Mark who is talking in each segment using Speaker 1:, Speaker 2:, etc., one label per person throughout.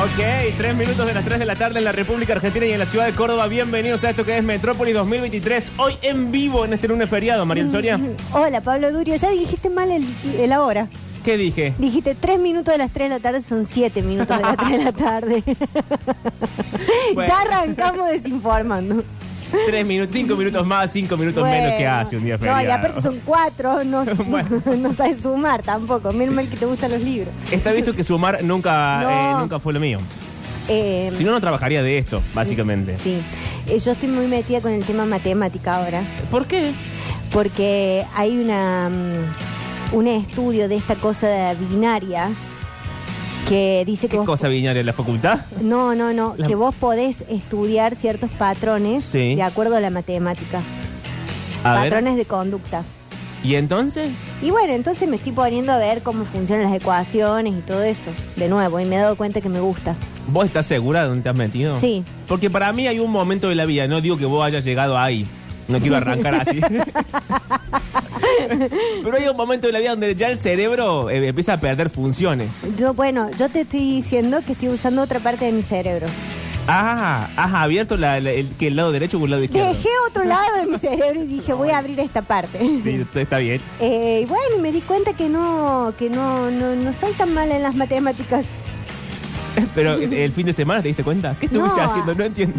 Speaker 1: Ok, tres minutos de las 3 de la tarde en la República Argentina y en la ciudad de Córdoba. Bienvenidos a esto que es Metrópolis 2023. Hoy en vivo en este lunes feriado, Mariel Soria.
Speaker 2: Hola, Pablo Durio. Ya dijiste mal el, el ahora.
Speaker 1: ¿Qué dije?
Speaker 2: Dijiste 3 minutos de las 3 de la tarde, son 7 minutos de las 3 de la tarde.
Speaker 1: Bueno.
Speaker 2: ya arrancamos desinformando.
Speaker 1: Tres minutos, cinco minutos más, cinco minutos menos que hace un día feriado.
Speaker 2: No, y aparte son 4, no,
Speaker 1: Bueno.
Speaker 2: no sabes sumar tampoco. Menos mal que te gustan los libros.
Speaker 1: Está visto que sumar nunca,
Speaker 2: No.
Speaker 1: eh, nunca fue lo mío.
Speaker 2: Eh,
Speaker 1: Si no, no trabajaría de esto, básicamente.
Speaker 2: Sí. Eh, yo estoy muy metida con el tema matemática ahora.
Speaker 1: ¿Por qué?
Speaker 2: porque hay una mm, un estudio de esta cosa de binaria que dice que
Speaker 1: ¿Qué
Speaker 2: vos-
Speaker 1: cosa viñaria en la facultad?
Speaker 2: no no no
Speaker 1: La-
Speaker 2: que vos podés estudiar ciertos patrones
Speaker 1: Sí.
Speaker 2: de acuerdo a la matemática
Speaker 1: A ver.
Speaker 2: patrones de conducta
Speaker 1: ¿Y entonces?
Speaker 2: y bueno entonces me estoy poniendo a ver cómo funcionan las ecuaciones y todo eso de nuevo y me he dado cuenta que me gusta
Speaker 1: ¿Vos estás segura de dónde te has metido?
Speaker 2: Sí.
Speaker 1: Porque para mí hay un momento de la vida, no digo que vos hayas llegado ahí. No quiero arrancar así. Pero hay un momento de la vida donde ya el cerebro eh, empieza a perder funciones.
Speaker 2: yo bueno yo te estoy diciendo que estoy usando otra parte de mi cerebro
Speaker 1: Ah, has abierto la- la- el, que el lado derecho o el lado izquierdo.
Speaker 2: dejé otro lado de mi cerebro y dije voy a abrir esta parte
Speaker 1: Sí, está- está bien.
Speaker 2: Eh, y bueno, y me di cuenta que no, que no, no, no soy tan mala en las matemáticas.
Speaker 1: Pero el fin de semana te diste cuenta. ¿Qué estuviste
Speaker 2: No.
Speaker 1: haciendo? No entiendo.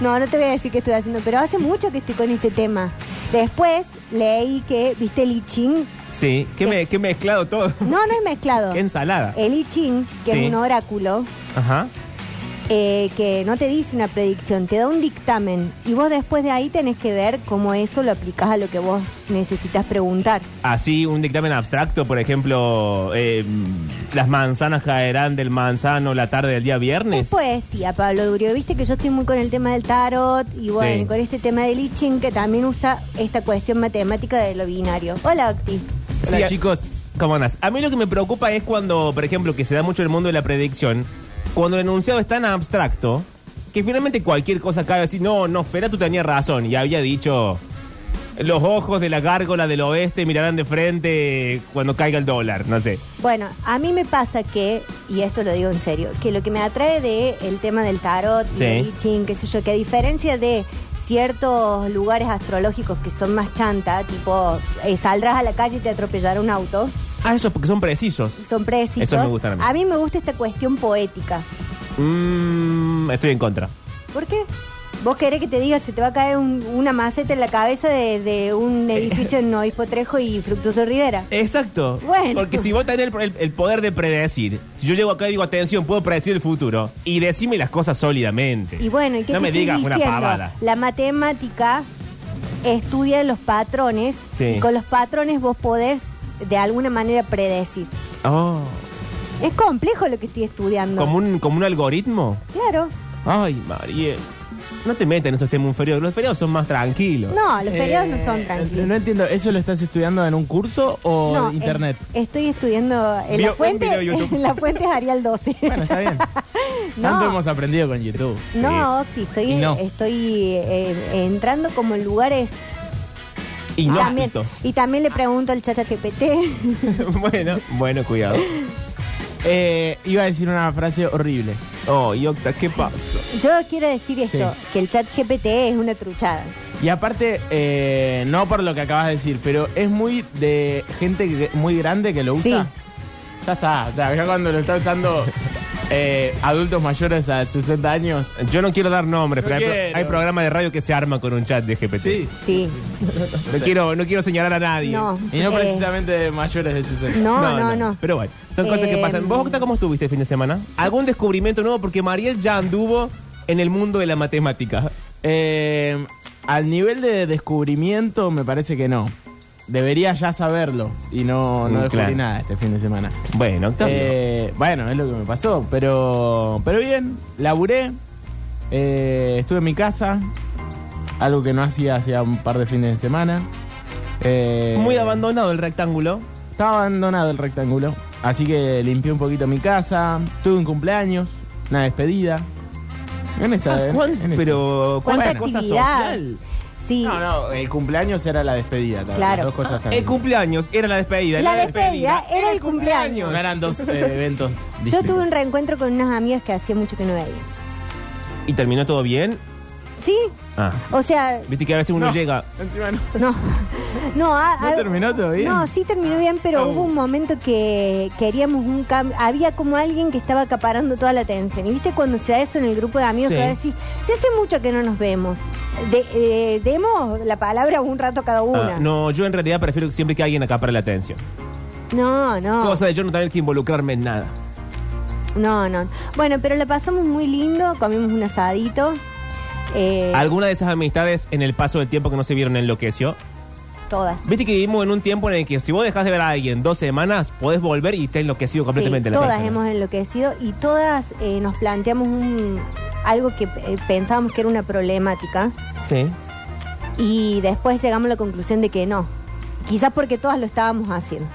Speaker 2: No, no te voy a decir qué estoy haciendo, pero hace mucho que estoy con este tema. Después leí que, ¿viste el I Ching?
Speaker 1: Sí, qué, me, qué mezclado todo.
Speaker 2: No, no es mezclado.
Speaker 1: Qué ensalada.
Speaker 2: El I Ching, que
Speaker 1: Sí.
Speaker 2: es un oráculo,
Speaker 1: Ajá.
Speaker 2: eh, que no te dice una predicción, te da un dictamen. Y vos después de ahí tenés que ver cómo eso lo aplicás a lo que vos necesitas preguntar.
Speaker 1: Así, un dictamen abstracto, por ejemplo, eh, las manzanas caerán del manzano la tarde del día viernes.
Speaker 2: Es poesía, Pablo Durio. Viste que yo estoy muy con el tema del tarot y bueno,
Speaker 1: Sí.
Speaker 2: con este tema del liching que también usa esta cuestión matemática de lo binario. Hola, Octi.
Speaker 1: Sí,
Speaker 3: Hola,
Speaker 1: a-
Speaker 3: chicos.
Speaker 1: ¿Cómo andás? A mí lo que me preocupa es cuando, por ejemplo, que se da mucho en el mundo de la predicción, cuando el enunciado es tan abstracto, que finalmente cualquier cosa cabe así, no, no, Fera, tú tenías razón, y había dicho, los ojos de la gárgola del oeste mirarán de frente cuando caiga el dólar, no sé.
Speaker 2: Bueno, a mí me pasa que, y esto lo digo en serio, que lo que me atrae de el tema del tarot y
Speaker 1: Sí.
Speaker 2: del I Ching, qué sé yo, que a diferencia de ciertos lugares astrológicos que son más chanta, tipo eh, saldrás a la calle y te atropellará un auto,
Speaker 1: Ah, eso es porque son precisos.
Speaker 2: son precisos.
Speaker 1: Esos me gustan a mí.
Speaker 2: a mí me gusta esta cuestión poética.
Speaker 1: Mm, estoy en contra.
Speaker 2: ¿Por qué? ¿Vos querés que te diga se te va a caer un- una maceta en la cabeza de, de un edificio en Obispo Trejo y Fructuoso Rivera?
Speaker 1: Exacto.
Speaker 2: Bueno.
Speaker 1: Porque si vos tenés el, el- el poder de predecir, si yo llego acá y digo, atención, puedo predecir el futuro, y decime las cosas sólidamente.
Speaker 2: Y bueno, ¿y qué
Speaker 1: No
Speaker 2: te
Speaker 1: me
Speaker 2: estoy
Speaker 1: digas una
Speaker 2: diciendo?
Speaker 1: pavada.
Speaker 2: La matemática estudia los patrones
Speaker 1: Sí.
Speaker 2: y con los patrones vos podés de alguna manera predecir.
Speaker 1: Oh,
Speaker 2: Es complejo lo que estoy estudiando.
Speaker 1: ¿como, un, ¿Como un algoritmo?
Speaker 2: Claro.
Speaker 1: Ay, María. No te metas en esos temas un feriado. Los feriados son más tranquilos.
Speaker 2: No, los periodos
Speaker 3: Eh,
Speaker 2: no son tranquilos.
Speaker 3: No entiendo, ¿eso lo estás estudiando en un curso o
Speaker 2: No,
Speaker 3: internet?
Speaker 2: es- estoy estudiando en
Speaker 1: Vio
Speaker 2: la
Speaker 1: un
Speaker 2: fuente.
Speaker 1: video de YouTube.
Speaker 2: En la fuente es Arial 12.
Speaker 3: Bueno, está bien.
Speaker 2: No.
Speaker 3: Tanto hemos aprendido con YouTube.
Speaker 2: No, Octi, estoy,
Speaker 3: Y no.
Speaker 2: estoy eh, entrando como en lugares
Speaker 1: Y no.
Speaker 2: también. Y también le pregunto al chacha GPT.
Speaker 1: bueno, bueno, cuidado.
Speaker 3: Eh, iba a decir una frase horrible.
Speaker 1: Oh, y Octa, ¿qué pasó?
Speaker 2: Yo quiero decir esto, que el chat GPT es una truchada.
Speaker 3: Y aparte, eh, no por lo que acabas de decir, pero es muy de gente que- muy grande que lo usa.
Speaker 2: Sí.
Speaker 3: Ya está. O sea, ya cuando lo está usando eh, adultos mayores a 60 años.
Speaker 1: Yo no quiero dar nombres,
Speaker 3: No
Speaker 1: pero hay pro-
Speaker 3: quiero.
Speaker 1: hay programa de radio que se arma con un chat de GPT.
Speaker 2: Sí.
Speaker 1: No, quiero, no quiero señalar a nadie.
Speaker 2: No.
Speaker 3: Y no
Speaker 2: Eh,
Speaker 3: precisamente mayores de 60.
Speaker 2: No, no, no.
Speaker 1: Pero bueno, son cosas que
Speaker 2: Eh,
Speaker 1: pasan. ¿Vos, Octa, cómo estuviste el fin de semana? ¿Algún descubrimiento nuevo? Porque Mariel ya anduvo en el mundo de la matemática.
Speaker 3: Eh, al nivel de descubrimiento me parece que no. Debería ya saberlo y no, no
Speaker 1: Mm,
Speaker 3: descubrí
Speaker 1: claro.
Speaker 3: nada este fin de semana.
Speaker 1: Bueno, Octa.
Speaker 3: Eh, bueno, es lo que me pasó, pero, pero bien, laburé, eh, estuve en mi casa, algo que no hacía hacía un par de fines de semana. Eh,
Speaker 1: Muy abandonado el rectángulo.
Speaker 3: Estaba abandonado el rectángulo, así que limpié un poquito mi casa, tuve un cumpleaños, una despedida. En esa,
Speaker 1: Ah,
Speaker 3: en-
Speaker 1: ¿cuán-
Speaker 3: en esa.
Speaker 1: pero
Speaker 2: ¿Cuánta
Speaker 1: cosa
Speaker 2: actividad?
Speaker 1: social.
Speaker 2: sí.
Speaker 3: No, no, el cumpleaños era la despedida. también,
Speaker 2: Claro.
Speaker 3: Las dos cosas al
Speaker 1: El
Speaker 3: mismo
Speaker 1: cumpleaños era la despedida.
Speaker 2: La despedida era el cumpleaños.
Speaker 3: tiempo. Eran dos eh, eventos.
Speaker 2: Yo
Speaker 3: distintos.
Speaker 2: tuve un reencuentro con unas amigas que hacía mucho que no veía.
Speaker 1: ¿Y terminó todo bien?
Speaker 2: Sí,
Speaker 1: Ah.
Speaker 2: o sea,
Speaker 1: Viste que a veces uno
Speaker 3: No,
Speaker 1: llega.
Speaker 3: Encima no.
Speaker 2: no. No, a-
Speaker 3: ¿No
Speaker 2: a-
Speaker 3: terminó todo bien?
Speaker 2: No, sí terminó bien, pero
Speaker 3: Au.
Speaker 2: hubo un momento que queríamos un cambio. Había como alguien que estaba acaparando toda la atención. Y viste cuando se da eso en el grupo de amigos,
Speaker 1: Sí.
Speaker 2: que va a decir, se hace mucho que no nos vemos. De- eh, demos la palabra un rato cada una.
Speaker 1: Ah, no, yo en realidad prefiero siempre que alguien acapare la atención.
Speaker 2: no, no.
Speaker 1: Cosa de yo no tener que involucrarme en nada.
Speaker 2: No, no. Bueno, pero la pasamos muy lindo, comimos un asadito. Eh,
Speaker 1: ¿Alguna de esas amistades en el paso del tiempo que no se vieron enloqueció?
Speaker 2: todas.
Speaker 1: Viste que vivimos en un tiempo en el que si vos dejás de ver a alguien dos semanas, podés volver y te enloquecido completamente
Speaker 2: Sí,
Speaker 1: la
Speaker 2: todas
Speaker 1: persona.
Speaker 2: hemos enloquecido y todas eh, nos planteamos un, algo que eh, pensábamos que era una problemática
Speaker 1: Sí.
Speaker 2: y después llegamos a la conclusión de que no. Quizás porque todas lo estábamos haciendo.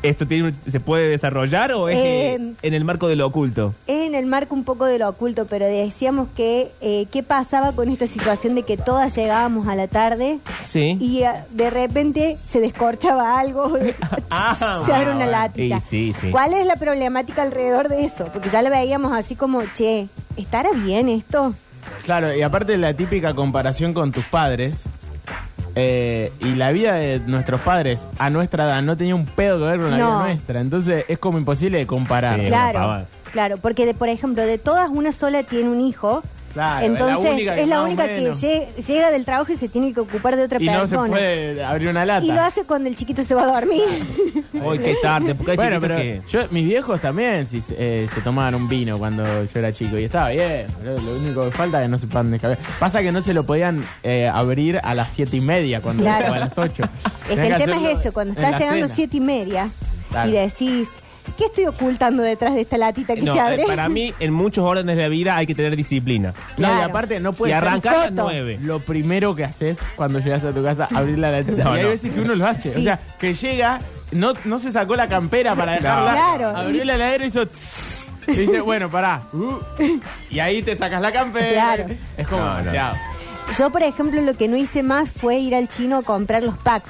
Speaker 1: ¿Esto tiene, un- se puede desarrollar o es
Speaker 2: Eh,
Speaker 1: eh, en el marco de lo oculto?
Speaker 2: Es en el marco un poco de lo oculto, pero decíamos que eh, qué pasaba con esta situación de que todas llegábamos a la tarde
Speaker 1: Sí.
Speaker 2: y eh, de repente se descorchaba algo,
Speaker 1: Ah,
Speaker 2: se abre una
Speaker 1: bueno.
Speaker 2: latita.
Speaker 1: Sí, sí, sí.
Speaker 2: ¿Cuál es la problemática alrededor de eso? Porque ya lo veíamos así como, che, ¿estará bien esto?
Speaker 3: Claro, y aparte la típica comparación con tus padres. eh, y la vida de nuestros padres a nuestra edad no tenía un pedo que ver con la
Speaker 2: No.
Speaker 3: vida nuestra. Entonces es como imposible de comparar.
Speaker 1: Sí. una
Speaker 2: Claro,
Speaker 1: pavada.
Speaker 2: claro, porque de, por ejemplo, de todas una sola tiene un hijo.
Speaker 3: Claro, es la
Speaker 2: entonces
Speaker 3: única que
Speaker 2: es la
Speaker 3: más o
Speaker 2: única que
Speaker 3: menos.
Speaker 2: lle- llega del trabajo y se tiene que ocupar de otra
Speaker 3: Y no
Speaker 2: persona.
Speaker 3: se puede abrir una lata.
Speaker 2: Y lo hace cuando el chiquito se va a dormir.
Speaker 1: Hoy qué tarde, porque hay
Speaker 3: Bueno,
Speaker 1: chiquitos
Speaker 3: pero
Speaker 1: que...
Speaker 3: yo, mis viejos también si, eh, se tomaban un vino cuando yo era chico y estaba bien. boludo, Lo único que falta es que no sepan descargar. Pasa que no se lo podían eh, abrir a las siete y media cuando
Speaker 2: Claro.
Speaker 3: o a las ocho.
Speaker 2: es que el tema es eso, cuando estás llegando a siete y media
Speaker 3: Claro.
Speaker 2: y decís, ¿qué estoy ocultando detrás de esta latita que
Speaker 1: No,
Speaker 2: se
Speaker 1: eh,
Speaker 2: abre?
Speaker 1: para mí, en muchos órdenes de la vida hay que tener disciplina.
Speaker 3: No, y
Speaker 2: Claro.
Speaker 3: aparte no
Speaker 1: y
Speaker 3: puede ser
Speaker 1: arrancás a las
Speaker 2: Coto.
Speaker 1: nueve.
Speaker 3: lo primero que haces cuando llegas a tu casa, abrir la latita.
Speaker 1: No,
Speaker 3: y hay
Speaker 1: no.
Speaker 3: veces que uno lo hace. O
Speaker 2: Sí.
Speaker 3: sea, que llega, no, no se sacó la campera para dejarla.
Speaker 2: Claro.
Speaker 3: Abrió el heladero y hizo. tss, Y dice, bueno, pará. uh, y ahí te sacas la campera.
Speaker 2: Claro.
Speaker 3: Es como
Speaker 1: No, no.
Speaker 3: demasiado.
Speaker 2: Yo, por ejemplo, lo que no hice más fue ir al chino a comprar los packs.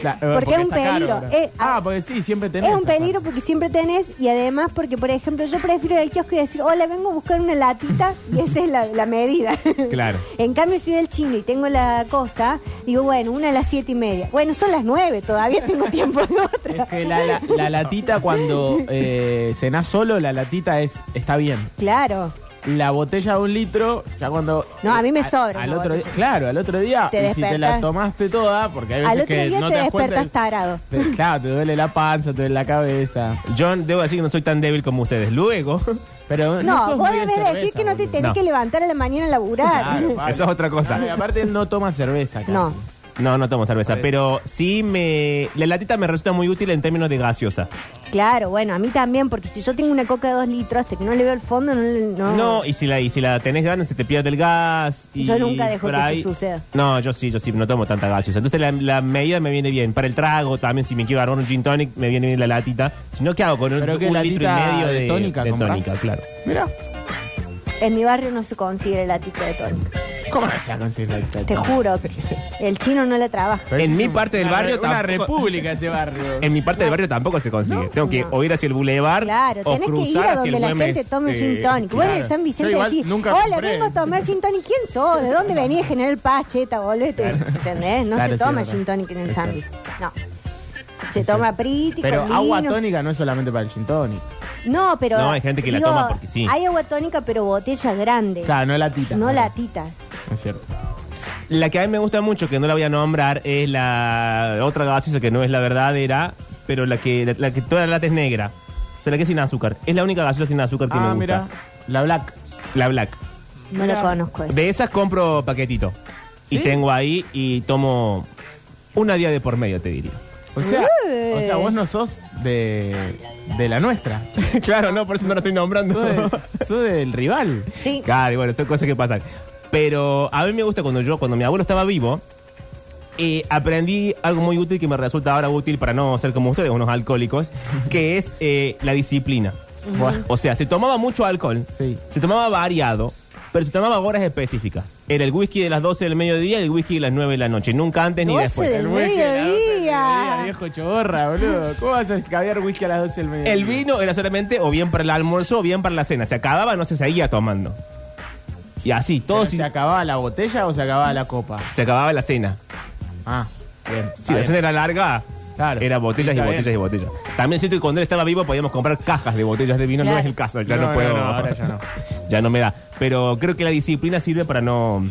Speaker 3: Claro,
Speaker 2: Porque es un
Speaker 3: está caro,
Speaker 2: peligro,
Speaker 3: bro.
Speaker 2: eh,
Speaker 3: ah,
Speaker 2: ah,
Speaker 3: porque sí, siempre tenés.
Speaker 2: Es un
Speaker 3: aparte.
Speaker 2: peligro porque siempre tenés y además porque, por ejemplo, yo prefiero ir al kiosco y decir, hola, vengo a buscar una latita y esa es la, la medida.
Speaker 1: Claro.
Speaker 2: En cambio, si voy al chino y tengo la cosa, digo, bueno, una a las siete y media. Bueno, son las nueve, todavía tengo tiempo de otra.
Speaker 3: Es que la, la- la latita cuando eh, cenás solo, la latita es está bien.
Speaker 2: Claro,
Speaker 3: La botella de un litro, ya cuando...
Speaker 2: No, a mí me
Speaker 3: al-
Speaker 2: sobra
Speaker 3: Al
Speaker 2: una
Speaker 3: otro,
Speaker 2: botella.
Speaker 3: claro, al otro día,
Speaker 2: Te
Speaker 3: y si te la
Speaker 2: despertás.
Speaker 3: tomaste toda, porque hay veces
Speaker 2: al otro
Speaker 3: que
Speaker 2: día
Speaker 3: no
Speaker 2: te,
Speaker 3: te, das cuenta...
Speaker 2: despertás tarado.
Speaker 3: te- claro, te duele la panza, te duele la cabeza.
Speaker 1: Yo debo decir que no soy tan débil como ustedes. Luego,
Speaker 3: Pero
Speaker 2: No,
Speaker 3: sos
Speaker 2: vos
Speaker 3: muy de
Speaker 2: debes decir
Speaker 3: cerveza,
Speaker 2: que no te
Speaker 3: boludo.
Speaker 2: tenés
Speaker 1: No.
Speaker 2: que levantar a la mañana a laburar.
Speaker 3: Claro, vale.
Speaker 1: Eso es otra cosa.
Speaker 3: No, y aparte él no toma cerveza. casi.
Speaker 2: No.
Speaker 1: no, no tomo cerveza,
Speaker 3: Parece.
Speaker 1: pero sí me... La latita me resulta muy útil en términos de gaseosa.
Speaker 2: Claro, bueno, a mí también, porque si yo tengo una coca de dos litros, hasta que no le veo el fondo, no... le-
Speaker 1: No, y, si la, y si la tenés grande se te pierde el gas. Y
Speaker 2: Yo nunca dejo
Speaker 1: por
Speaker 2: que eso
Speaker 1: ahí-
Speaker 2: suceda.
Speaker 1: No, yo sí, yo sí, no tomo tanta gaseosa. Entonces la, la medida me viene bien. Para el trago también, si me quiero armar un gin tonic, me viene bien la latita. Si no, ¿qué hago con un,
Speaker 3: Pero que
Speaker 1: un
Speaker 3: la
Speaker 1: litro y
Speaker 3: latita
Speaker 1: medio de,
Speaker 3: de tónica
Speaker 1: de
Speaker 3: compras?
Speaker 1: tónica, claro.
Speaker 3: Mira,
Speaker 2: En mi barrio no se considera latita de tónica.
Speaker 3: ¿cómo no se ha conseguido el
Speaker 2: Te juro, que el chino no la trabaja.
Speaker 1: Pero En
Speaker 3: es
Speaker 1: mi
Speaker 3: un-
Speaker 1: parte del
Speaker 3: una
Speaker 1: barrio
Speaker 3: re- Una
Speaker 1: tampoco-
Speaker 3: república ese barrio.
Speaker 1: En mi parte del barrio tampoco se consigue.
Speaker 2: No.
Speaker 1: Tengo que
Speaker 2: No.
Speaker 1: o ir hacia el bulevar
Speaker 2: Claro,
Speaker 1: o
Speaker 2: tenés que ir
Speaker 1: cruzar
Speaker 2: a
Speaker 1: hacia
Speaker 2: donde
Speaker 1: el
Speaker 2: la
Speaker 1: Güemes,
Speaker 2: gente tome
Speaker 1: eh,
Speaker 2: gin tonic. Bueno,
Speaker 3: claro.
Speaker 2: en San Vicente
Speaker 3: Yo igual
Speaker 2: decís,
Speaker 3: nunca
Speaker 2: hola,
Speaker 3: compré".
Speaker 2: vengo a tomar gin tonic. ¿Quién sos? ¿De dónde venís, General Paz, cheta, bolete? ¿Entendés? No
Speaker 3: Claro,
Speaker 2: se
Speaker 3: sí,
Speaker 2: toma
Speaker 3: es verdad.
Speaker 2: gin tonic en el
Speaker 3: Es
Speaker 2: San
Speaker 3: cierto.
Speaker 2: Vic. No. Se toma priti,
Speaker 3: Pero
Speaker 2: con
Speaker 3: agua
Speaker 2: vino.
Speaker 3: tónica no es solamente para el gin tonic.
Speaker 2: No, pero...
Speaker 1: No, hay gente que la
Speaker 2: digo,
Speaker 1: toma porque sí.
Speaker 2: Hay agua tónica, pero botella grande.
Speaker 3: Claro, no latita.
Speaker 2: No
Speaker 3: Claro.
Speaker 2: latitas.
Speaker 3: Es cierto.
Speaker 1: La que a mí me gusta mucho, que no la voy a nombrar, es la otra gaseosa que no es la verdadera, pero la que, la, la que toda la lata es negra. O sea, la que es sin azúcar. Es la única gaseosa sin azúcar que me
Speaker 3: Ah,
Speaker 1: gusta.
Speaker 3: mira. La black.
Speaker 1: La black.
Speaker 2: No
Speaker 3: Mirá.
Speaker 2: la conozco esa.
Speaker 1: De esas compro paquetito. Y
Speaker 3: ¿Sí?
Speaker 1: tengo ahí y tomo una día de por medio, te diría.
Speaker 3: O sea,
Speaker 2: Eh.
Speaker 3: o sea, vos no sos de, de la nuestra.
Speaker 1: claro, no, por eso no la estoy nombrando.
Speaker 3: Sos, de- sos del rival.
Speaker 2: Sí.
Speaker 1: Claro, y bueno, son cosas que pasan. Pero a mí me gusta cuando yo, cuando mi abuelo estaba vivo, eh, aprendí algo muy útil que me resulta ahora útil para no ser como ustedes, unos alcohólicos, que es eh, la disciplina.
Speaker 3: Buah.
Speaker 1: O sea, se tomaba mucho alcohol,
Speaker 3: Sí.
Speaker 1: se tomaba variado, pero se tomaba horas específicas. Era el whisky de las 12 del mediodía y el whisky de las 9 de la noche, nunca antes ni
Speaker 2: Doce
Speaker 1: después.
Speaker 2: del
Speaker 3: El whisky a las 12 del
Speaker 2: mediodía.
Speaker 3: mediodía, viejo chorra, boludo. ¿Cómo vas a caviar whisky a las 12 del mediodía?
Speaker 1: El vino era solamente o bien para el almuerzo o bien para la cena. Se acababa, no se seguía tomando. Y así,
Speaker 3: ¿Pero
Speaker 1: todo
Speaker 3: ¿Se
Speaker 1: sin-
Speaker 3: acababa la botella o se acababa la copa?
Speaker 1: se acababa la cena.
Speaker 3: Ah, bien.
Speaker 1: Si la cena era larga,
Speaker 3: Claro.
Speaker 1: era botellas y
Speaker 3: Está
Speaker 1: botellas
Speaker 3: bien.
Speaker 1: y botellas. También siento que cuando él estaba vivo podíamos comprar cajas de botellas de vino. No
Speaker 2: Claro.
Speaker 1: es el caso, ya
Speaker 3: No,
Speaker 1: no,
Speaker 3: no,
Speaker 1: puedo.
Speaker 3: no, ahora ya no.
Speaker 1: Ya no me da. Pero creo que la disciplina sirve para no,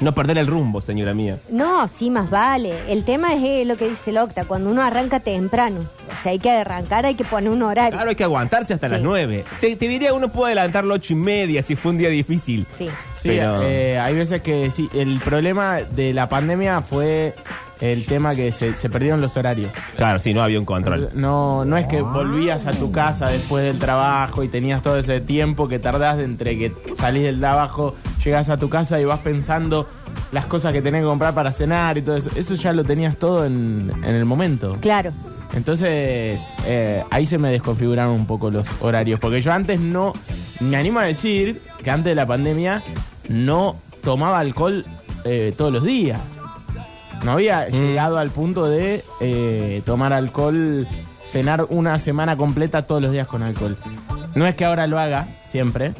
Speaker 1: no perder el rumbo, señora mía.
Speaker 2: No, sí, más vale. El tema es eh, lo que dice el Octa, cuando uno arranca temprano. O sea, hay que arrancar, hay que poner un horario.
Speaker 1: Claro, hay que aguantarse hasta
Speaker 2: Sí.
Speaker 1: las 9. Te, te diría uno puede adelantar las 8 y media si fue un día difícil.
Speaker 2: Sí.
Speaker 3: Sí,
Speaker 1: Pero-
Speaker 3: eh, hay veces que sí. El problema de la pandemia fue el tema que se, se perdieron los horarios.
Speaker 1: Claro, sí, no había un control.
Speaker 3: No, no es que volvías a tu casa después del trabajo y tenías todo ese tiempo que tardás de entre que salís del trabajo, llegás a tu casa y vas pensando las cosas que tenés que comprar para cenar y todo eso. Eso ya lo tenías todo en, en el momento.
Speaker 2: Claro.
Speaker 3: Entonces, eh, ahí se me desconfiguraron un poco los horarios. Porque yo antes no. Me animo a decir que antes de la pandemia no tomaba alcohol eh, todos los días. No había llegado al punto de eh, tomar alcohol, cenar una semana completa todos los días con alcohol. No es que ahora lo haga, siempre.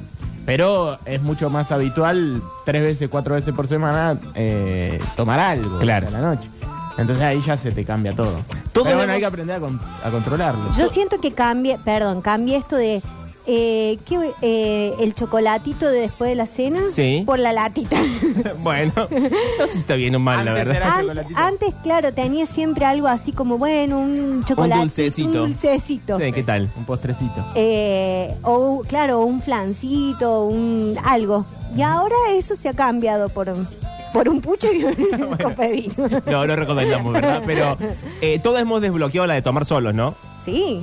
Speaker 3: Pero es mucho más habitual, tres veces, cuatro veces por semana, eh, tomar algo
Speaker 1: Claro.
Speaker 3: a la noche. Entonces ahí ya se te cambia todo.
Speaker 1: Todos
Speaker 3: Pero bueno,
Speaker 1: hemos-
Speaker 3: hay que aprender a, con- a controlarlo.
Speaker 2: Yo siento que cambie, perdón, cambie esto de eh, ¿qué, eh, el chocolatito de después de la cena
Speaker 1: Sí.
Speaker 2: por la latita.
Speaker 1: bueno, no sé si está bien o mal, la
Speaker 3: Antes
Speaker 1: verdad.
Speaker 3: era-
Speaker 2: Ant-
Speaker 3: chocolatito?
Speaker 2: antes, claro, tenía siempre algo así como, bueno, un chocolatito.
Speaker 1: dulcecito.
Speaker 2: Un dulcecito.
Speaker 1: Sí, ¿qué tal?
Speaker 3: Un postrecito.
Speaker 2: Eh, o claro, un flancito, un algo. Y ahora eso se ha cambiado por un, por un pucho y un copa de vino.
Speaker 1: No, no recomendamos, ¿verdad? Pero eh, todos hemos desbloqueado la de tomar solos, ¿no?
Speaker 2: Sí.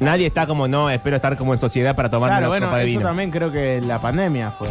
Speaker 1: Nadie está como, no, espero estar como en sociedad para tomar
Speaker 3: Claro,
Speaker 1: una
Speaker 3: bueno,
Speaker 1: copa de
Speaker 3: eso
Speaker 1: vino.
Speaker 3: también creo que la pandemia fue. Eh,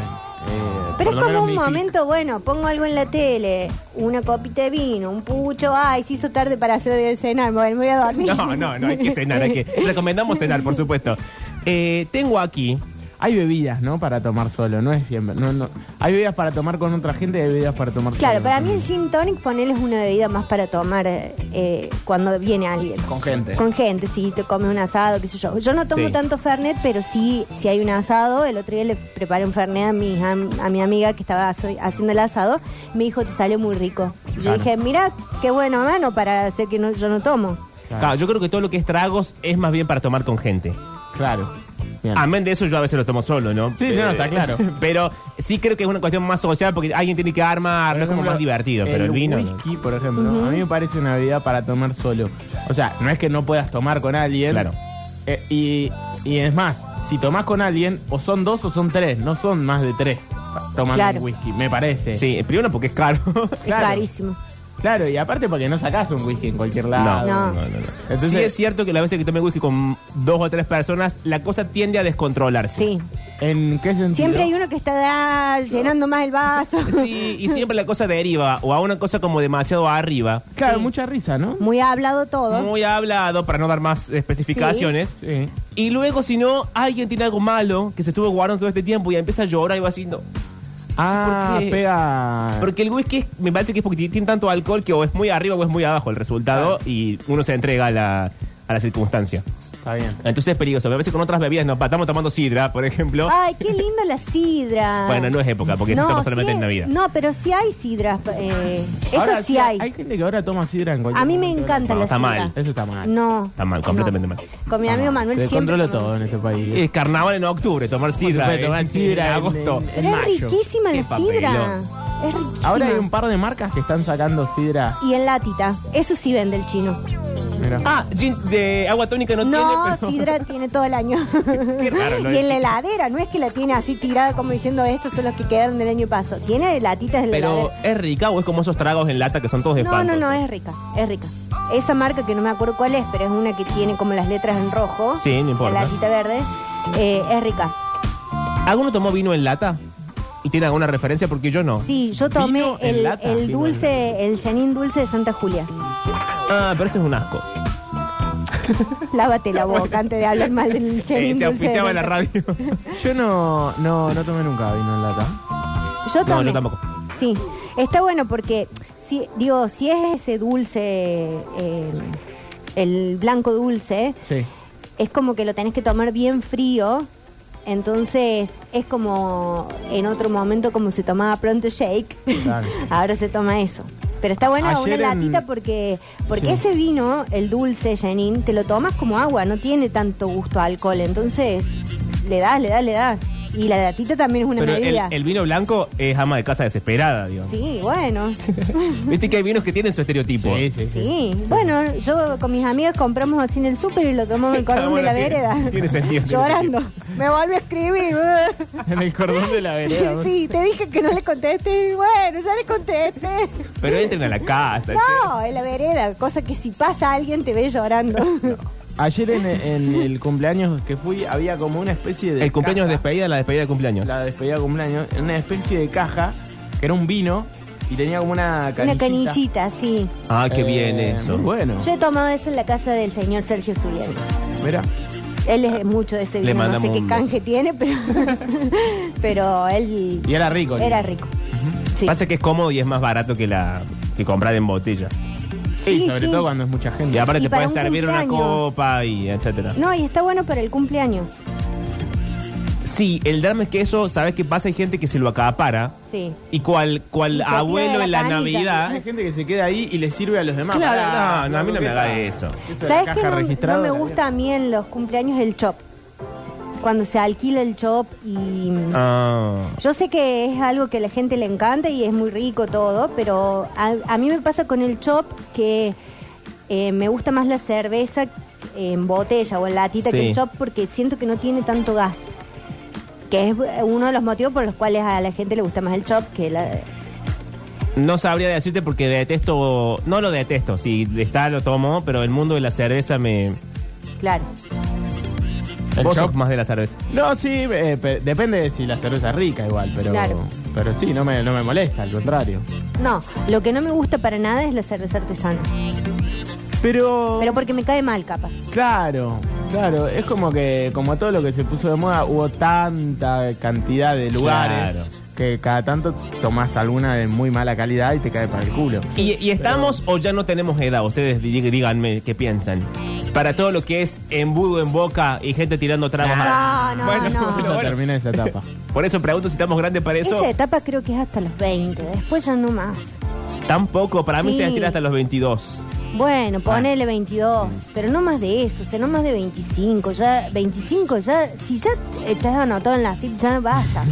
Speaker 3: por
Speaker 2: Pero es
Speaker 3: lo menos
Speaker 2: como un
Speaker 3: mi-
Speaker 2: momento, bueno, pongo algo en la tele, una copita de vino, un pucho, ay, se hizo tarde para hacer de cenar, bueno, me voy a dormir.
Speaker 1: No, no, no, hay que cenar, hay que... Recomendamos cenar, por supuesto. Eh, tengo aquí...
Speaker 3: Hay bebidas, ¿no? Para tomar solo, no es siempre. No, no. Hay bebidas para tomar con otra gente y hay bebidas para tomar
Speaker 2: Claro,
Speaker 3: solo.
Speaker 2: para mí el gin tonic ponerle es una bebida más para tomar eh, eh, cuando viene alguien.
Speaker 3: Con gente.
Speaker 2: Con gente, si te comes un asado, qué sé yo. Yo no tomo
Speaker 1: Sí.
Speaker 2: tanto Fernet, pero sí, si hay un asado, el otro día le preparé un Fernet a mi, a, a mi amiga que estaba hace- haciendo el asado, me dijo, te salió muy rico. Yo
Speaker 3: Claro.
Speaker 2: dije, mira, qué bueno mano para hacer que no, yo no tomo.
Speaker 3: Claro.
Speaker 1: Claro, yo creo que todo lo que es tragos es más bien para tomar con gente.
Speaker 3: Claro. Bien.
Speaker 1: Amén de eso, yo a veces lo tomo solo, ¿no?
Speaker 3: Sí, sí, no, está claro.
Speaker 1: Pero sí creo que es una cuestión más social porque alguien tiene que armarlo, Ah, es como
Speaker 3: ejemplo,
Speaker 1: más divertido, pero el vino... no.
Speaker 3: whisky, por ejemplo, a mí me parece una bebida para tomar solo. O sea, no es que no puedas tomar con alguien.
Speaker 1: Claro.
Speaker 3: Eh, y, y es más, si tomás con alguien, o son dos o son tres, no son más de tres pa- tomando
Speaker 2: Claro.
Speaker 3: un whisky, me parece.
Speaker 1: Sí, primero porque es caro.
Speaker 3: Claro.
Speaker 2: Es carísimo.
Speaker 3: Claro, y aparte porque no sacás un whisky en cualquier lado.
Speaker 2: No.
Speaker 3: Entonces-
Speaker 1: sí es cierto que la veces que tomé whisky con dos o tres personas, la cosa tiende a descontrolarse.
Speaker 2: Sí.
Speaker 3: ¿En qué sentido?
Speaker 2: Siempre hay uno que está ah, llenando más el vaso.
Speaker 1: Sí, y siempre la cosa deriva o a una cosa como demasiado arriba.
Speaker 3: Claro,
Speaker 2: Sí.
Speaker 3: mucha risa, ¿no?
Speaker 2: Muy hablado todo.
Speaker 1: Muy hablado, para no dar más especificaciones.
Speaker 3: Sí.
Speaker 1: Y luego, si no, alguien tiene algo malo que se estuvo guardando todo este tiempo y empieza a llorar y va haciendo.
Speaker 3: Ah,
Speaker 1: ¿por qué?
Speaker 3: pega.
Speaker 1: Porque el whisky es- me parece que es porque tiene tanto alcohol que o es muy arriba o es muy abajo el resultado y uno se entrega a la, a la circunstancia.
Speaker 3: Está bien.
Speaker 1: Entonces es peligroso. A veces con otras bebidas nos estamos tomando sidra, por ejemplo.
Speaker 2: Ay, qué linda la sidra.
Speaker 1: Bueno, no es época, porque se toma solamente
Speaker 2: sí
Speaker 1: en Navidad.
Speaker 2: No, pero sí hay sidras. eh, eso
Speaker 3: Ahora
Speaker 2: sí hay.
Speaker 3: Hay gente que ahora toma sidra en cualquier
Speaker 2: A mí me
Speaker 3: momento.
Speaker 2: encanta
Speaker 1: No,
Speaker 2: la
Speaker 1: está
Speaker 2: sidra.
Speaker 1: mal.
Speaker 3: Eso está mal.
Speaker 2: No.
Speaker 1: Está mal, completamente
Speaker 2: no.
Speaker 1: mal.
Speaker 2: Con mi
Speaker 3: Está
Speaker 2: amigo
Speaker 3: mal.
Speaker 2: Manuel
Speaker 3: Se
Speaker 2: siempre.
Speaker 3: controla
Speaker 2: tomamos
Speaker 3: todo en
Speaker 2: sidra.
Speaker 3: este país.
Speaker 1: El carnaval en octubre, tomar sidra.
Speaker 3: puede tomar
Speaker 1: eh,
Speaker 3: sidra
Speaker 1: en
Speaker 3: en-
Speaker 1: agosto.
Speaker 3: en-
Speaker 2: Pero es
Speaker 3: mayo.
Speaker 2: riquísima
Speaker 1: Qué
Speaker 2: la sidra.
Speaker 1: papelón.
Speaker 2: Es riquísima.
Speaker 3: Ahora hay un par de marcas que están sacando sidras.
Speaker 2: Y en latita. Eso sí vende el chino.
Speaker 3: Mirá.
Speaker 1: Ah, gin de agua tónica no,
Speaker 2: No,
Speaker 1: tiene, pero...
Speaker 2: sidra tiene todo el año.
Speaker 1: Qué raro, ¿no?
Speaker 2: y en la heladera, no es que la tiene así tirada como diciendo estos son los que quedaron del año pasado. Tiene latitas en la
Speaker 1: Pero
Speaker 2: heladera.
Speaker 1: es rica o es como esos tragos en lata que son todos de
Speaker 2: No,
Speaker 1: espanto?
Speaker 2: no, no, es rica, es rica. Esa marca que no me acuerdo cuál es, pero es una que tiene como las letras en rojo.
Speaker 1: Sí, no importa.
Speaker 2: La latita verde. eh, es rica.
Speaker 1: ¿Alguno tomó vino en lata? ¿Y tiene alguna referencia? Porque yo no.
Speaker 2: Sí, yo tomé
Speaker 3: Vino en
Speaker 2: el,
Speaker 3: lata,
Speaker 2: el
Speaker 3: vino
Speaker 2: dulce, el Janín dulce de Santa Julia.
Speaker 1: Ah, pero eso es un asco.
Speaker 2: Lávate la boca antes de hablar mal del
Speaker 1: Eh,
Speaker 2: Janín
Speaker 1: se
Speaker 2: dulce. de
Speaker 1: auspiciaba en la
Speaker 2: Santa-
Speaker 1: radio.
Speaker 3: Yo no, no, no tomé nunca vino en lata.
Speaker 2: Yo
Speaker 1: No,
Speaker 2: también.
Speaker 1: yo tampoco.
Speaker 2: Sí, está bueno porque, si, digo, si es ese dulce, eh, el blanco dulce,
Speaker 3: Sí.
Speaker 2: es como que lo tenés que tomar bien frío. Entonces es como en otro momento como se tomaba pronto shake.
Speaker 3: Claro.
Speaker 2: Ahora se toma eso. Pero está buena
Speaker 3: Ayer
Speaker 2: una
Speaker 3: en-
Speaker 2: latita porque porque
Speaker 3: Sí.
Speaker 2: ese vino, el dulce, Janine, te lo tomas como agua, no tiene tanto gusto a alcohol. Entonces le das, le das, le das. Y la latita también es una
Speaker 1: Pero el,
Speaker 2: medida.
Speaker 1: el vino blanco es ama de casa desesperada, digo.
Speaker 2: Sí, bueno.
Speaker 1: Viste que hay vinos que tienen su estereotipo.
Speaker 3: Sí, sí, sí.
Speaker 2: Sí, bueno, yo con mis amigas compramos así en el súper y lo tomamos en el cordón de
Speaker 1: Bueno,
Speaker 2: la
Speaker 1: tiene-
Speaker 2: vereda.
Speaker 1: tiene sentido, tiene
Speaker 2: Llorando. Me volvió a escribir.
Speaker 3: En el cordón de la vereda.
Speaker 2: Sí, te dije que no le conteste. Bueno, ya le contesté.
Speaker 1: Pero entren a la casa.
Speaker 2: No, en la vereda, cosa que si pasa alguien te ve llorando.
Speaker 3: Ayer en, en el cumpleaños que fui había como una especie de.
Speaker 1: El cumpleaños de
Speaker 3: caja,
Speaker 1: despedida, la despedida de cumpleaños.
Speaker 3: La despedida de cumpleaños. Una especie de caja que era un vino y tenía como una canillita.
Speaker 2: Una canillita, sí.
Speaker 1: Ah, qué
Speaker 3: Eh,
Speaker 1: bien eso.
Speaker 3: muy bueno.
Speaker 2: Yo he tomado eso en la casa del señor Sergio Zuliano.
Speaker 3: Mira.
Speaker 2: Él es mucho de ese
Speaker 1: Le
Speaker 2: vino, no sé
Speaker 1: mandamos
Speaker 2: qué
Speaker 1: un
Speaker 2: canje tiene, pero, pero él
Speaker 3: Y era rico.
Speaker 2: era
Speaker 3: digo.
Speaker 2: rico. Sí.
Speaker 1: Pasa que es cómodo y es más barato que la que comprar en botella.
Speaker 3: Sí,
Speaker 2: Sí,
Speaker 3: sobre
Speaker 2: sí.
Speaker 3: todo cuando es mucha gente.
Speaker 1: Y aparte
Speaker 2: Y
Speaker 1: te
Speaker 2: para
Speaker 1: puedes
Speaker 2: un
Speaker 1: servir una
Speaker 2: cumpleaños.
Speaker 1: copa y etcétera.
Speaker 2: No, y está bueno para el cumpleaños.
Speaker 1: Sí, el drama es que eso, ¿sabes qué pasa? Hay gente que se lo acapara.
Speaker 2: Sí.
Speaker 1: Y cual,
Speaker 2: Y
Speaker 1: cual
Speaker 2: se tira
Speaker 1: abuelo
Speaker 2: de
Speaker 1: en
Speaker 2: la
Speaker 1: la
Speaker 2: canilla.
Speaker 1: Navidad.
Speaker 3: Hay gente que se queda ahí y le sirve a los demás.
Speaker 1: Claro,
Speaker 3: Pará,
Speaker 1: no, no, a mí no me
Speaker 3: ¿qué
Speaker 1: haga
Speaker 3: tal?
Speaker 1: eso.
Speaker 3: Esa es la
Speaker 2: ¿Sabes
Speaker 3: caja
Speaker 2: que no,
Speaker 3: registrada
Speaker 2: no me
Speaker 3: de la
Speaker 2: gusta a mí en los cumpleaños el chop? Cuando se alquila el chop y...
Speaker 1: Ah.
Speaker 2: Yo sé que es algo que a la gente le encanta y es muy rico todo, pero a, a mí me pasa con el chop que eh, me gusta más la cerveza en botella o en latita que
Speaker 1: Sí.
Speaker 2: el chop porque siento que no tiene tanto gas. Que es uno de los motivos por los cuales a la gente le gusta más el chop que la...
Speaker 1: No sabría decirte porque detesto, no lo detesto, si está lo tomo, pero el mundo de la cerveza me...
Speaker 2: Claro.
Speaker 3: ¿El
Speaker 1: Vos
Speaker 3: chop?
Speaker 1: sos más de la cerveza.
Speaker 3: No, sí, eh, pe- depende de si la cerveza es rica igual, pero,
Speaker 2: Claro.
Speaker 3: pero sí, no me, no me molesta, al contrario.
Speaker 2: No, lo que no me gusta para nada es la cerveza artesana.
Speaker 3: Pero,
Speaker 2: Pero porque me cae mal, capaz.
Speaker 3: claro, claro, es como que como todo lo que se puso de moda, hubo tanta cantidad de lugares
Speaker 1: Claro.
Speaker 3: que cada tanto tomás alguna de muy mala calidad y te cae para el culo.
Speaker 1: ¿Y, y estamos o ya no tenemos edad? Ustedes di- díganme qué piensan. Para todo lo que es embudo en boca y gente tirando tragos.
Speaker 2: No,
Speaker 1: a-
Speaker 2: no,
Speaker 1: Bueno,
Speaker 2: no.
Speaker 1: pero
Speaker 3: Ya
Speaker 1: bueno,
Speaker 3: termina esa etapa.
Speaker 1: Por eso pregunto si estamos grandes para eso.
Speaker 2: Esa etapa creo que es hasta los 20, después ya no más.
Speaker 1: Tampoco, para mí
Speaker 2: Sí.
Speaker 1: se estira hasta los 22.
Speaker 2: Bueno, ponele 22, pero no más de eso, o sea, no más de 25, ya 25, ya, si ya estás anotado en la FIP, ya no basta.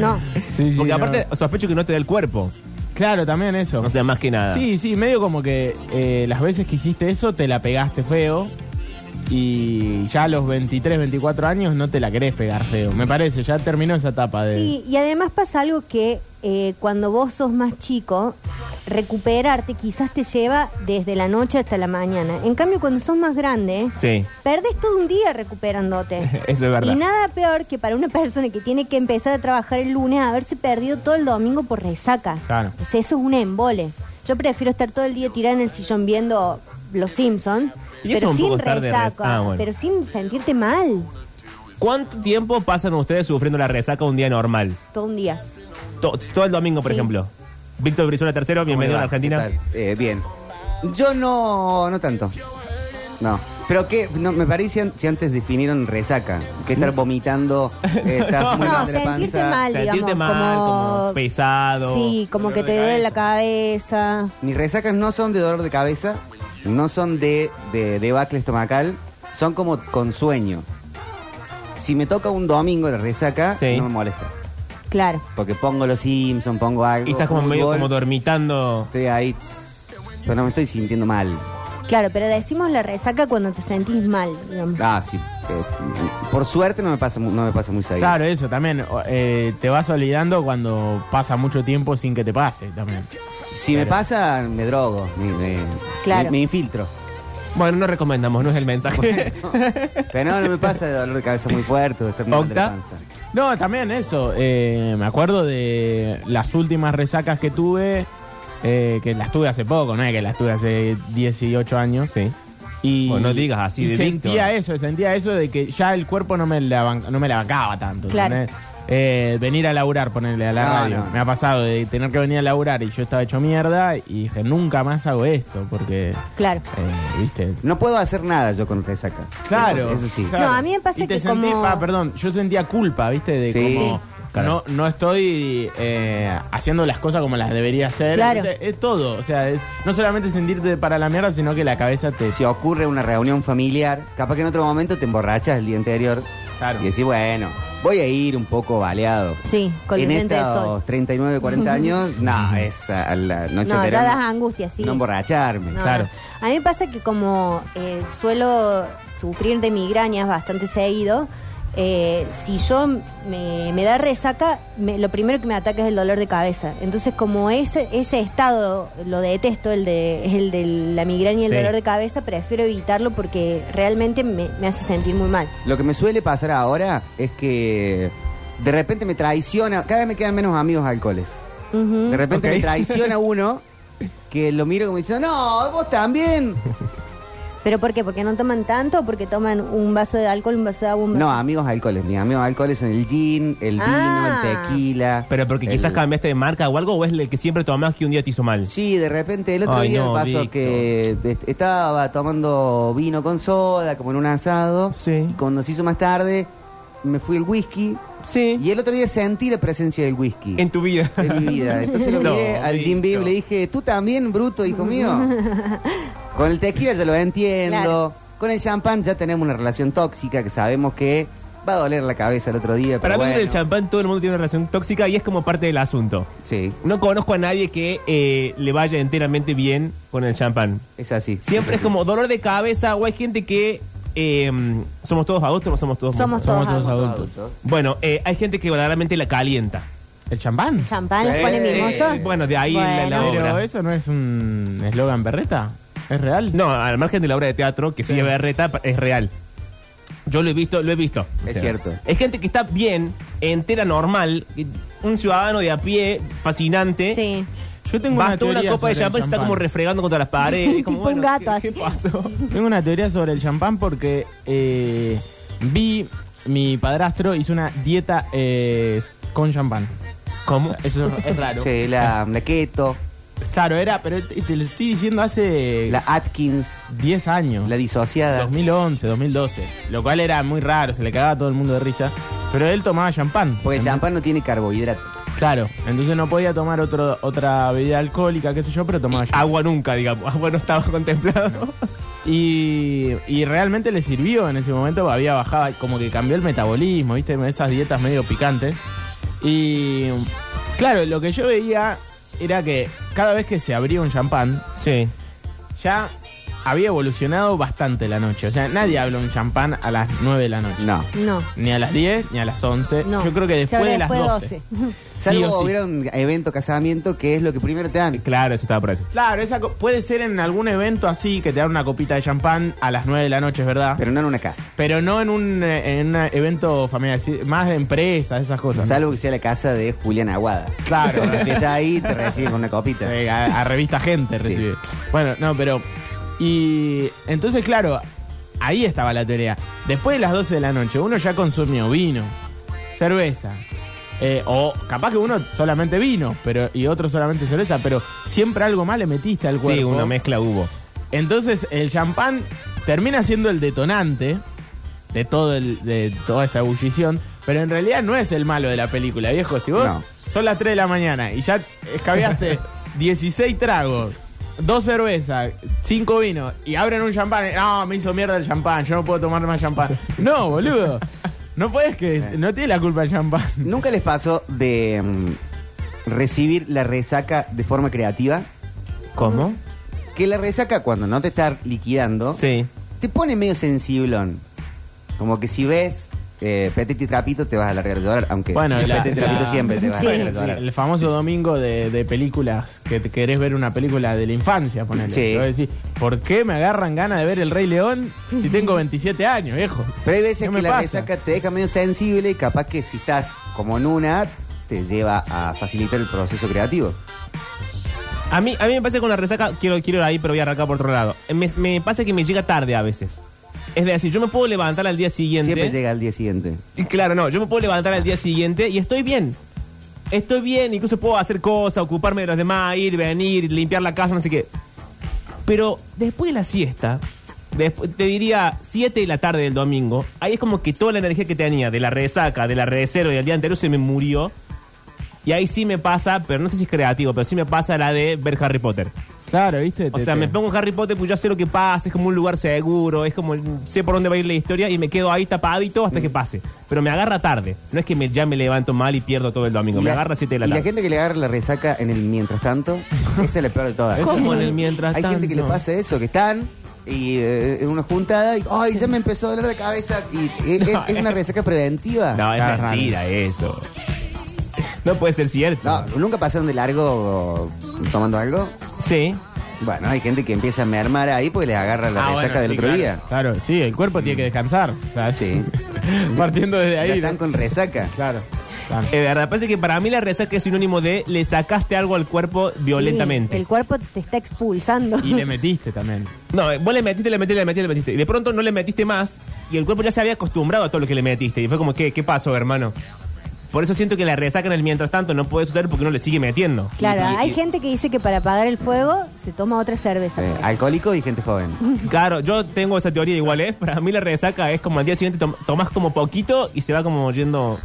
Speaker 2: No,
Speaker 3: Sí, sí,
Speaker 1: Porque
Speaker 3: no.
Speaker 1: aparte sospecho que no te da el cuerpo.
Speaker 3: Claro, también eso.
Speaker 1: O sea, más que nada.
Speaker 3: Sí, sí, medio como que eh, las veces que hiciste eso te la pegaste feo y ya a los 23, 24 años no te la querés pegar feo. Me parece, ya terminó esa etapa de...
Speaker 2: sí, y además pasa algo que eh, cuando vos sos más chico, recuperarte quizás te lleva desde la noche hasta la mañana. En cambio, cuando sos más grande,
Speaker 1: Sí,
Speaker 2: perdés todo un día recuperándote.
Speaker 1: eso es verdad.
Speaker 2: Y nada peor que para una persona que tiene que empezar a trabajar el lunes haberse perdido todo el domingo por resaca.
Speaker 3: Claro.
Speaker 2: O sea, eso es un embole. Yo prefiero estar todo el día tirada en el sillón viendo Los Simpsons,
Speaker 1: Y eso
Speaker 2: pero
Speaker 1: un poco
Speaker 2: sin
Speaker 1: tarde de
Speaker 2: resaca,
Speaker 1: res- ah, bueno.
Speaker 2: pero sin sentirte mal
Speaker 1: ¿Cuánto tiempo pasan ustedes sufriendo la resaca un día normal?
Speaker 2: todo un día.
Speaker 1: To- todo el domingo, por
Speaker 2: Sí.
Speaker 1: ejemplo. Víctor Brizuela tercero, bienvenido a la Argentina.
Speaker 4: ¿Qué tal? Eh, bien. Yo no, no tanto. No. Pero que no, me parece an- si antes definieron resaca, que estar
Speaker 1: ¿Mm?
Speaker 4: vomitando, eh, estar muy
Speaker 2: no,
Speaker 4: mal de la
Speaker 2: sentirte
Speaker 4: panza.
Speaker 2: mal,
Speaker 1: Sentirte
Speaker 2: digamos,
Speaker 1: mal, como,
Speaker 2: como...
Speaker 1: pesado.
Speaker 2: Sí, como
Speaker 3: dolor
Speaker 2: que
Speaker 3: de
Speaker 2: te duele la cabeza.
Speaker 4: Mis resacas no son de dolor de cabeza, no son de, de debacle estomacal, son como con sueño. Si me toca un domingo la resaca,
Speaker 1: Sí.
Speaker 4: no me molesta.
Speaker 2: Claro.
Speaker 4: Porque pongo los Simpsons, pongo algo.
Speaker 1: Y estás como medio
Speaker 4: fútbol,
Speaker 1: como dormitando.
Speaker 4: Estoy ahí, tss, pero no me estoy sintiendo mal.
Speaker 2: Claro, pero decimos la resaca cuando te sentís mal, digamos.
Speaker 4: Ah, sí. eh, por suerte no me pasa, mu- no me pasa muy seguido.
Speaker 3: Claro, eso también. o- eh, te vas olvidando cuando pasa mucho tiempo sin que te pase también.
Speaker 4: Si me pasa, me drogo, me, me-
Speaker 2: Claro.
Speaker 4: me- me infiltro.
Speaker 1: Bueno, no recomendamos, no es el mensaje.
Speaker 4: Pero no, no me pasa de dolor de cabeza muy fuerte, de estar muy mal de la
Speaker 1: Octa.
Speaker 4: panza.
Speaker 3: No, también eso. eh, me acuerdo de las últimas resacas que tuve, eh, que las tuve hace poco, no es que las tuve hace 18 años.
Speaker 1: sí.
Speaker 3: Y,
Speaker 1: Bueno, no digas así
Speaker 3: y
Speaker 1: de
Speaker 3: sentía
Speaker 1: Víctor.
Speaker 3: eso, sentía eso de que ya el cuerpo no me la, ban- no me la bancaba tanto.
Speaker 2: Claro.
Speaker 3: ¿entendés? eh, venir a laburar, ponerle a la
Speaker 4: No,
Speaker 3: radio.
Speaker 4: no.
Speaker 3: Me ha pasado de tener que venir a laburar y yo estaba hecho mierda y dije, nunca más hago esto, porque, eh,
Speaker 2: Claro.
Speaker 3: viste,
Speaker 4: No puedo hacer nada yo con resaca.
Speaker 3: Claro.
Speaker 4: Eso, eso sí.
Speaker 3: claro.
Speaker 2: No, a mí me pasa
Speaker 3: Y te
Speaker 2: que
Speaker 3: sentí,
Speaker 2: como-
Speaker 3: pa, perdón, yo sentía culpa, ¿viste? De
Speaker 4: Sí.
Speaker 3: como...
Speaker 4: Sí.
Speaker 3: No, no estoy eh, haciendo las cosas como las debería hacer.
Speaker 2: Claro.
Speaker 3: O sea, es todo. O sea, es no solamente sentirte para la mierda, sino que la cabeza te...
Speaker 4: Este, Si ocurre una reunión familiar, capaz que en otro momento te emborrachas el día anterior
Speaker 3: Claro.
Speaker 4: y decís, bueno, voy a ir un poco baleado.
Speaker 2: Sí, con
Speaker 4: en
Speaker 2: el lente de sol.
Speaker 4: estos 39, 40 años, no, es a la noche
Speaker 2: No,
Speaker 4: de
Speaker 2: ya
Speaker 4: verano,
Speaker 2: das angustia, sí.
Speaker 4: No emborracharme.
Speaker 2: No,
Speaker 3: Claro.
Speaker 2: no. A mí me pasa que como eh, suelo sufrir de migrañas bastante seguido, eh, si yo me, me da resaca, me- lo primero que me ataca es el dolor de cabeza. Entonces como ese, ese estado lo detesto, el de, el de la migraña y el
Speaker 3: Sí.
Speaker 2: dolor de cabeza, prefiero evitarlo porque realmente me, me hace sentir muy mal.
Speaker 4: Lo que me suele pasar ahora es que de repente me traiciona, cada vez me quedan menos amigos alcoholes.
Speaker 2: Ujú.
Speaker 4: De repente
Speaker 3: ok.
Speaker 4: me traiciona uno que lo miro como diciendo, no, vos también.
Speaker 2: ¿Pero por qué? ¿Porque no toman tanto o porque toman un vaso de alcohol, un vaso de agua, un vaso-
Speaker 4: No, amigos alcoholes, mis amigos alcoholes son el gin, el vino,
Speaker 2: Ah.
Speaker 4: el tequila.
Speaker 1: Pero porque
Speaker 4: el-
Speaker 1: quizás cambiaste de marca o algo, o es el que siempre tomás que un día te hizo mal.
Speaker 4: Sí, de repente el otro
Speaker 1: Ay,
Speaker 4: día
Speaker 1: no,
Speaker 4: me pasó
Speaker 1: Víctor.
Speaker 4: que est- estaba tomando vino con soda, como en un asado.
Speaker 1: Sí.
Speaker 4: Y cuando se hizo más tarde, me fui el whisky.
Speaker 1: Sí.
Speaker 4: Y el otro día sentí la presencia del whisky.
Speaker 1: En tu vida.
Speaker 4: en mi vida. Entonces lo
Speaker 1: No,
Speaker 4: miré al Jim Beam
Speaker 1: Víctor.
Speaker 4: y le dije, tú también, bruto, hijo mío. Con el tequila ya lo entiendo.
Speaker 2: Claro.
Speaker 4: Con el champán ya tenemos una relación tóxica que sabemos que va a doler la cabeza el otro día.
Speaker 1: Para
Speaker 4: pero
Speaker 1: mí
Speaker 4: bueno.
Speaker 1: con el champán todo el mundo tiene una relación tóxica y es como parte del asunto.
Speaker 4: Sí,
Speaker 1: No conozco a nadie que eh, le vaya enteramente bien con el champán.
Speaker 4: es así.
Speaker 1: Siempre es como dolor de cabeza o hay gente que... eh, ¿Somos todos adultos o somos todos
Speaker 2: Somos
Speaker 1: adultos?
Speaker 2: todos
Speaker 3: todos
Speaker 4: Todos
Speaker 3: adultos.
Speaker 4: adultos.
Speaker 1: Bueno, eh, hay gente que verdaderamente la calienta. Eh,
Speaker 3: ¿El champán?
Speaker 2: ¿Champán les pone
Speaker 4: Sí.
Speaker 2: mimoso?
Speaker 1: Bueno, de ahí la- la-
Speaker 3: Pero
Speaker 1: obra.
Speaker 3: eso no es un eslogan berreta. ¿Es real?
Speaker 1: No, al margen de la obra de teatro, que sigue
Speaker 3: Sí.
Speaker 1: Berreta, es real. Yo lo he visto, lo he visto.
Speaker 4: Es cierto.
Speaker 1: Es gente que está bien, entera, normal, un ciudadano de a pie, fascinante.
Speaker 2: Sí.
Speaker 3: Yo tengo
Speaker 1: Basta
Speaker 3: una teoría
Speaker 1: una, copa de
Speaker 3: sobre el
Speaker 1: champán y se está
Speaker 3: champán.
Speaker 1: como refregando contra las paredes. como,
Speaker 2: Tipo un
Speaker 1: bueno,
Speaker 2: gato,
Speaker 1: ¿qué,
Speaker 2: así.
Speaker 1: qué pasó?
Speaker 3: Tengo una teoría sobre el champán porque eh, vi mi padrastro hizo una dieta eh, con champán.
Speaker 1: ¿Cómo?
Speaker 3: O sea, Eso es raro.
Speaker 4: Sí, la,
Speaker 1: Ah.
Speaker 4: la keto,
Speaker 3: Claro, era, pero te, te lo estoy diciendo hace
Speaker 4: la Atkins,
Speaker 3: 10 años.
Speaker 4: la disociada.
Speaker 3: 2011, 2012. Lo cual era muy raro, se le cagaba a todo el mundo de risa. Pero él tomaba champán.
Speaker 4: Porque el
Speaker 3: Entonces-
Speaker 4: champán no tiene carbohidrato.
Speaker 3: Claro, entonces no podía tomar otro, otra bebida alcohólica, qué sé yo, pero tomaba champán.
Speaker 1: Agua nunca, digamos. Agua no estaba contemplado.
Speaker 3: Y, y realmente le sirvió en ese momento, había bajado, como que cambió el metabolismo, viste, esas dietas medio picantes. Y claro, lo que yo veía era que cada vez que se abría un champán,
Speaker 1: Sí.
Speaker 3: ya había evolucionado bastante la noche. O sea, nadie habla un champán a las 9 de la noche.
Speaker 4: No.
Speaker 2: No.
Speaker 3: Ni a las 10, ni a las 11.
Speaker 2: No.
Speaker 3: Yo creo que
Speaker 2: Se
Speaker 3: después
Speaker 2: abre
Speaker 3: de las
Speaker 2: después
Speaker 3: 12. Sí
Speaker 4: Salvo
Speaker 3: o sí.
Speaker 4: hubiera un evento casamiento que es lo que primero te dan.
Speaker 1: Claro, eso estaba por eso.
Speaker 3: Claro, esa co- puede ser en algún evento así que te dan una copita de champán a las 9 de la noche, es verdad.
Speaker 4: Pero no en una casa.
Speaker 3: Pero no en un, eh, en un evento familiar, sí, más de empresas, esas cosas.
Speaker 4: Salvo que sea la casa de Julián Aguada.
Speaker 3: Claro.
Speaker 4: Pero que está ahí te recibe con una copita.
Speaker 3: Eh, a, a revista gente recibe. Bueno, no, pero. Y entonces, claro, ahí estaba la teoría. Después de las 12 de la noche, uno ya consumió vino, cerveza. eh, o capaz que uno solamente vino pero y otro solamente cerveza, pero siempre algo más le metiste al cuerpo.
Speaker 1: Sí, una mezcla hubo.
Speaker 3: Entonces el champán termina siendo el detonante de todo el, de toda esa ebullición, pero en realidad no es el malo de la película, viejo. Si vos
Speaker 4: No.
Speaker 3: son las 3 de la mañana y ya escabeaste 16 tragos, dos cervezas, cinco vinos y abren un champán, no, me hizo mierda el champán, yo no puedo tomar más champán. No, boludo. No puedes que no tiene la culpa el champán.
Speaker 4: ¿Nunca les pasó de mm, recibir la resaca de forma creativa?
Speaker 1: ¿Cómo?
Speaker 4: Que la resaca cuando no te está liquidando,
Speaker 1: Sí.
Speaker 4: te pone medio sensiblón. Como que si ves eh, Petete y Trapito te vas a largar a llorar, aunque
Speaker 3: Bueno,
Speaker 4: si ves
Speaker 3: la-
Speaker 4: Petete y Trapito
Speaker 3: la-
Speaker 4: siempre te vas
Speaker 2: Sí.
Speaker 4: a largar a llorar.
Speaker 3: El famoso domingo de, de películas, que te querés ver una película de la infancia, ponele.
Speaker 4: Sí.
Speaker 3: Yo voy a decir, ¿por qué me agarran ganas de ver El Rey León si tengo 27 años, viejo?
Speaker 4: Pero hay veces
Speaker 3: ¿Qué
Speaker 4: que
Speaker 3: me
Speaker 4: la
Speaker 3: pasa?
Speaker 4: resaca te deja medio sensible y capaz que si estás como en una, te lleva a facilitar el proceso creativo.
Speaker 1: A mí, a mí me pasa que con la resaca, quiero, quiero ir ahí, pero voy a arrancar por otro lado. Me, me pasa que me llega tarde a veces. Es decir, yo me puedo levantar al día siguiente.
Speaker 4: Siempre llega al día siguiente.
Speaker 1: Y Claro, no, yo me puedo levantar al día siguiente y estoy bien. Estoy bien, incluso puedo hacer cosas, ocuparme de los demás, ir, venir, limpiar la casa, no sé qué. Pero después de la siesta, despu- te diría 7 de la tarde del domingo, ahí es como que toda la energía que tenía de la resaca, de la reserva y del día anterior se me murió. Y ahí sí me pasa, pero no sé si es creativo, pero sí me pasa la de ver Harry Potter.
Speaker 3: Claro, ¿viste?
Speaker 1: O
Speaker 4: Este,
Speaker 3: Te-
Speaker 1: sea,
Speaker 3: te-
Speaker 1: me pongo Harry Potter pues ya sé lo que pasa, es como un lugar seguro, es como sé por dónde va a ir la historia y me quedo ahí tapadito hasta
Speaker 4: Mm.
Speaker 1: que pase. Pero me agarra tarde. No es que me, ya me levanto mal y pierdo todo el domingo,
Speaker 4: Y
Speaker 1: me
Speaker 4: la-
Speaker 1: agarra 7 de la
Speaker 4: y
Speaker 1: tarde.
Speaker 4: gente que le agarra la resaca en el mientras tanto, esa es la peor de todas.
Speaker 1: Es como en el mientras
Speaker 4: Hay gente que le
Speaker 1: tanto.
Speaker 4: pasa eso, que están y, eh, en una juntada y, ay, ya me empezó a doler de cabeza. Y, eh,
Speaker 1: No,
Speaker 4: es, es una resaca preventiva.
Speaker 1: No, es
Speaker 4: Agarran.
Speaker 1: mentira eso. No puede ser cierto.
Speaker 4: No, ¿Nunca pasaron de largo tomando algo?
Speaker 1: Sí.
Speaker 4: Bueno, hay gente que empieza a mermar ahí porque les agarra la
Speaker 1: Ah,
Speaker 4: resaca
Speaker 1: bueno,
Speaker 4: del
Speaker 1: sí,
Speaker 4: otro
Speaker 1: claro.
Speaker 4: día.
Speaker 3: Claro, sí, el cuerpo tiene que descansar. O sea,
Speaker 4: Sí.
Speaker 3: Partiendo desde
Speaker 4: Ya
Speaker 3: ahí.
Speaker 4: están
Speaker 3: ¿no?
Speaker 4: con resaca.
Speaker 3: Claro. claro.
Speaker 1: Es verdad, parece que para mí la resaca es sinónimo de le sacaste algo al cuerpo violentamente.
Speaker 2: Sí, el cuerpo te está expulsando.
Speaker 3: Y le metiste también.
Speaker 1: No, eh, vos le metiste, le metiste, le metiste, le metiste. Y de pronto no le metiste más y el cuerpo ya se había acostumbrado a todo lo que le metiste. Y fue como, ¿qué, qué pasó, hermano? Por eso siento que la resaca en el mientras tanto no puede suceder porque uno le sigue metiendo.
Speaker 2: Claro,
Speaker 4: Y- y-
Speaker 2: hay
Speaker 4: y-
Speaker 2: gente que dice que para apagar el fuego se toma otra cerveza.
Speaker 4: Eh, alcohólico y gente joven.
Speaker 1: Claro, yo tengo esa teoría igual, ¿eh? Para mí la resaca es como al día siguiente tom- tomás como poquito y se va como yendo...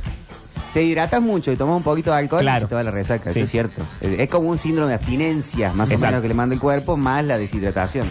Speaker 4: Te hidratas mucho y tomas un poquito de alcohol
Speaker 1: Claro.
Speaker 4: y se te va la resaca,
Speaker 1: Sí.
Speaker 4: eso es cierto. Eh, Es como un síndrome de abstinencia, más
Speaker 1: Exacto.
Speaker 4: o menos, que le manda el cuerpo, más la deshidratación.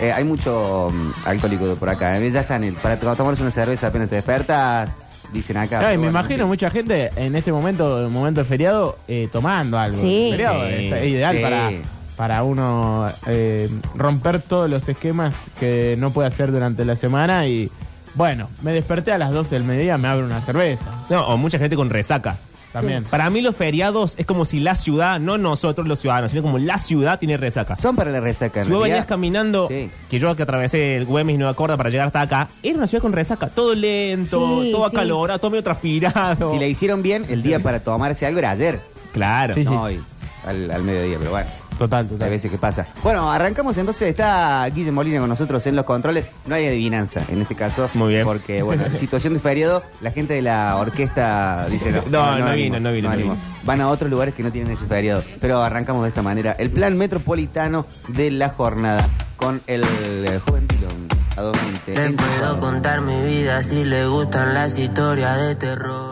Speaker 4: Eh, hay mucho mm, alcohólico de por acá. eh, Ya están, eh, para to- tomarse una cerveza apenas te despertas, dicen acá.
Speaker 3: Claro, y
Speaker 4: pero
Speaker 3: me
Speaker 4: bueno,
Speaker 3: imagino mucha gente en este momento, en el momento de feriado, eh, tomando algo.
Speaker 2: Sí.
Speaker 3: El feriado
Speaker 1: Sí.
Speaker 3: está- es ideal
Speaker 4: Sí.
Speaker 3: para, para uno eh, romper todos los esquemas que no puede hacer durante la semana y, bueno, me desperté a las 12 del mediodía, me abro una cerveza
Speaker 1: No, o mucha gente con resaca.
Speaker 3: también.
Speaker 1: Para mí los feriados es como si la ciudad, no nosotros los ciudadanos, sino como la ciudad tiene resaca.
Speaker 4: Son para la resaca, en
Speaker 1: Si vos
Speaker 4: realidad.
Speaker 1: venías caminando,
Speaker 4: Sí.
Speaker 1: que yo que atravesé el Güemes y Nueva Corda para llegar hasta acá, era una ciudad con resaca, todo lento,
Speaker 2: Sí,
Speaker 1: todo
Speaker 2: sí.
Speaker 1: acalorado, todo medio transpirado.
Speaker 4: Si le hicieron bien, el día para tomarse algo era ayer,
Speaker 1: Claro.
Speaker 3: Sí,
Speaker 4: no
Speaker 3: sí.
Speaker 4: hoy, al, al mediodía, pero bueno.
Speaker 3: Total,
Speaker 4: Hay
Speaker 3: total.
Speaker 4: veces que pasa. Bueno, arrancamos entonces. Está Guille Molina con nosotros en los controles. No hay adivinanza en este caso.
Speaker 1: Muy bien.
Speaker 4: Porque, bueno, en situación de feriado, la gente de la orquesta dice no.
Speaker 1: No, no vino,
Speaker 4: ánimo,
Speaker 1: no vino, no
Speaker 4: ánimo.
Speaker 1: vino.
Speaker 4: Van a otros lugares que no tienen ese feriado. Pero arrancamos de esta manera. El plan metropolitano de la jornada con el eh, joven Tilón.
Speaker 5: Le puedo contar mi vida si le gustan las historias de terror.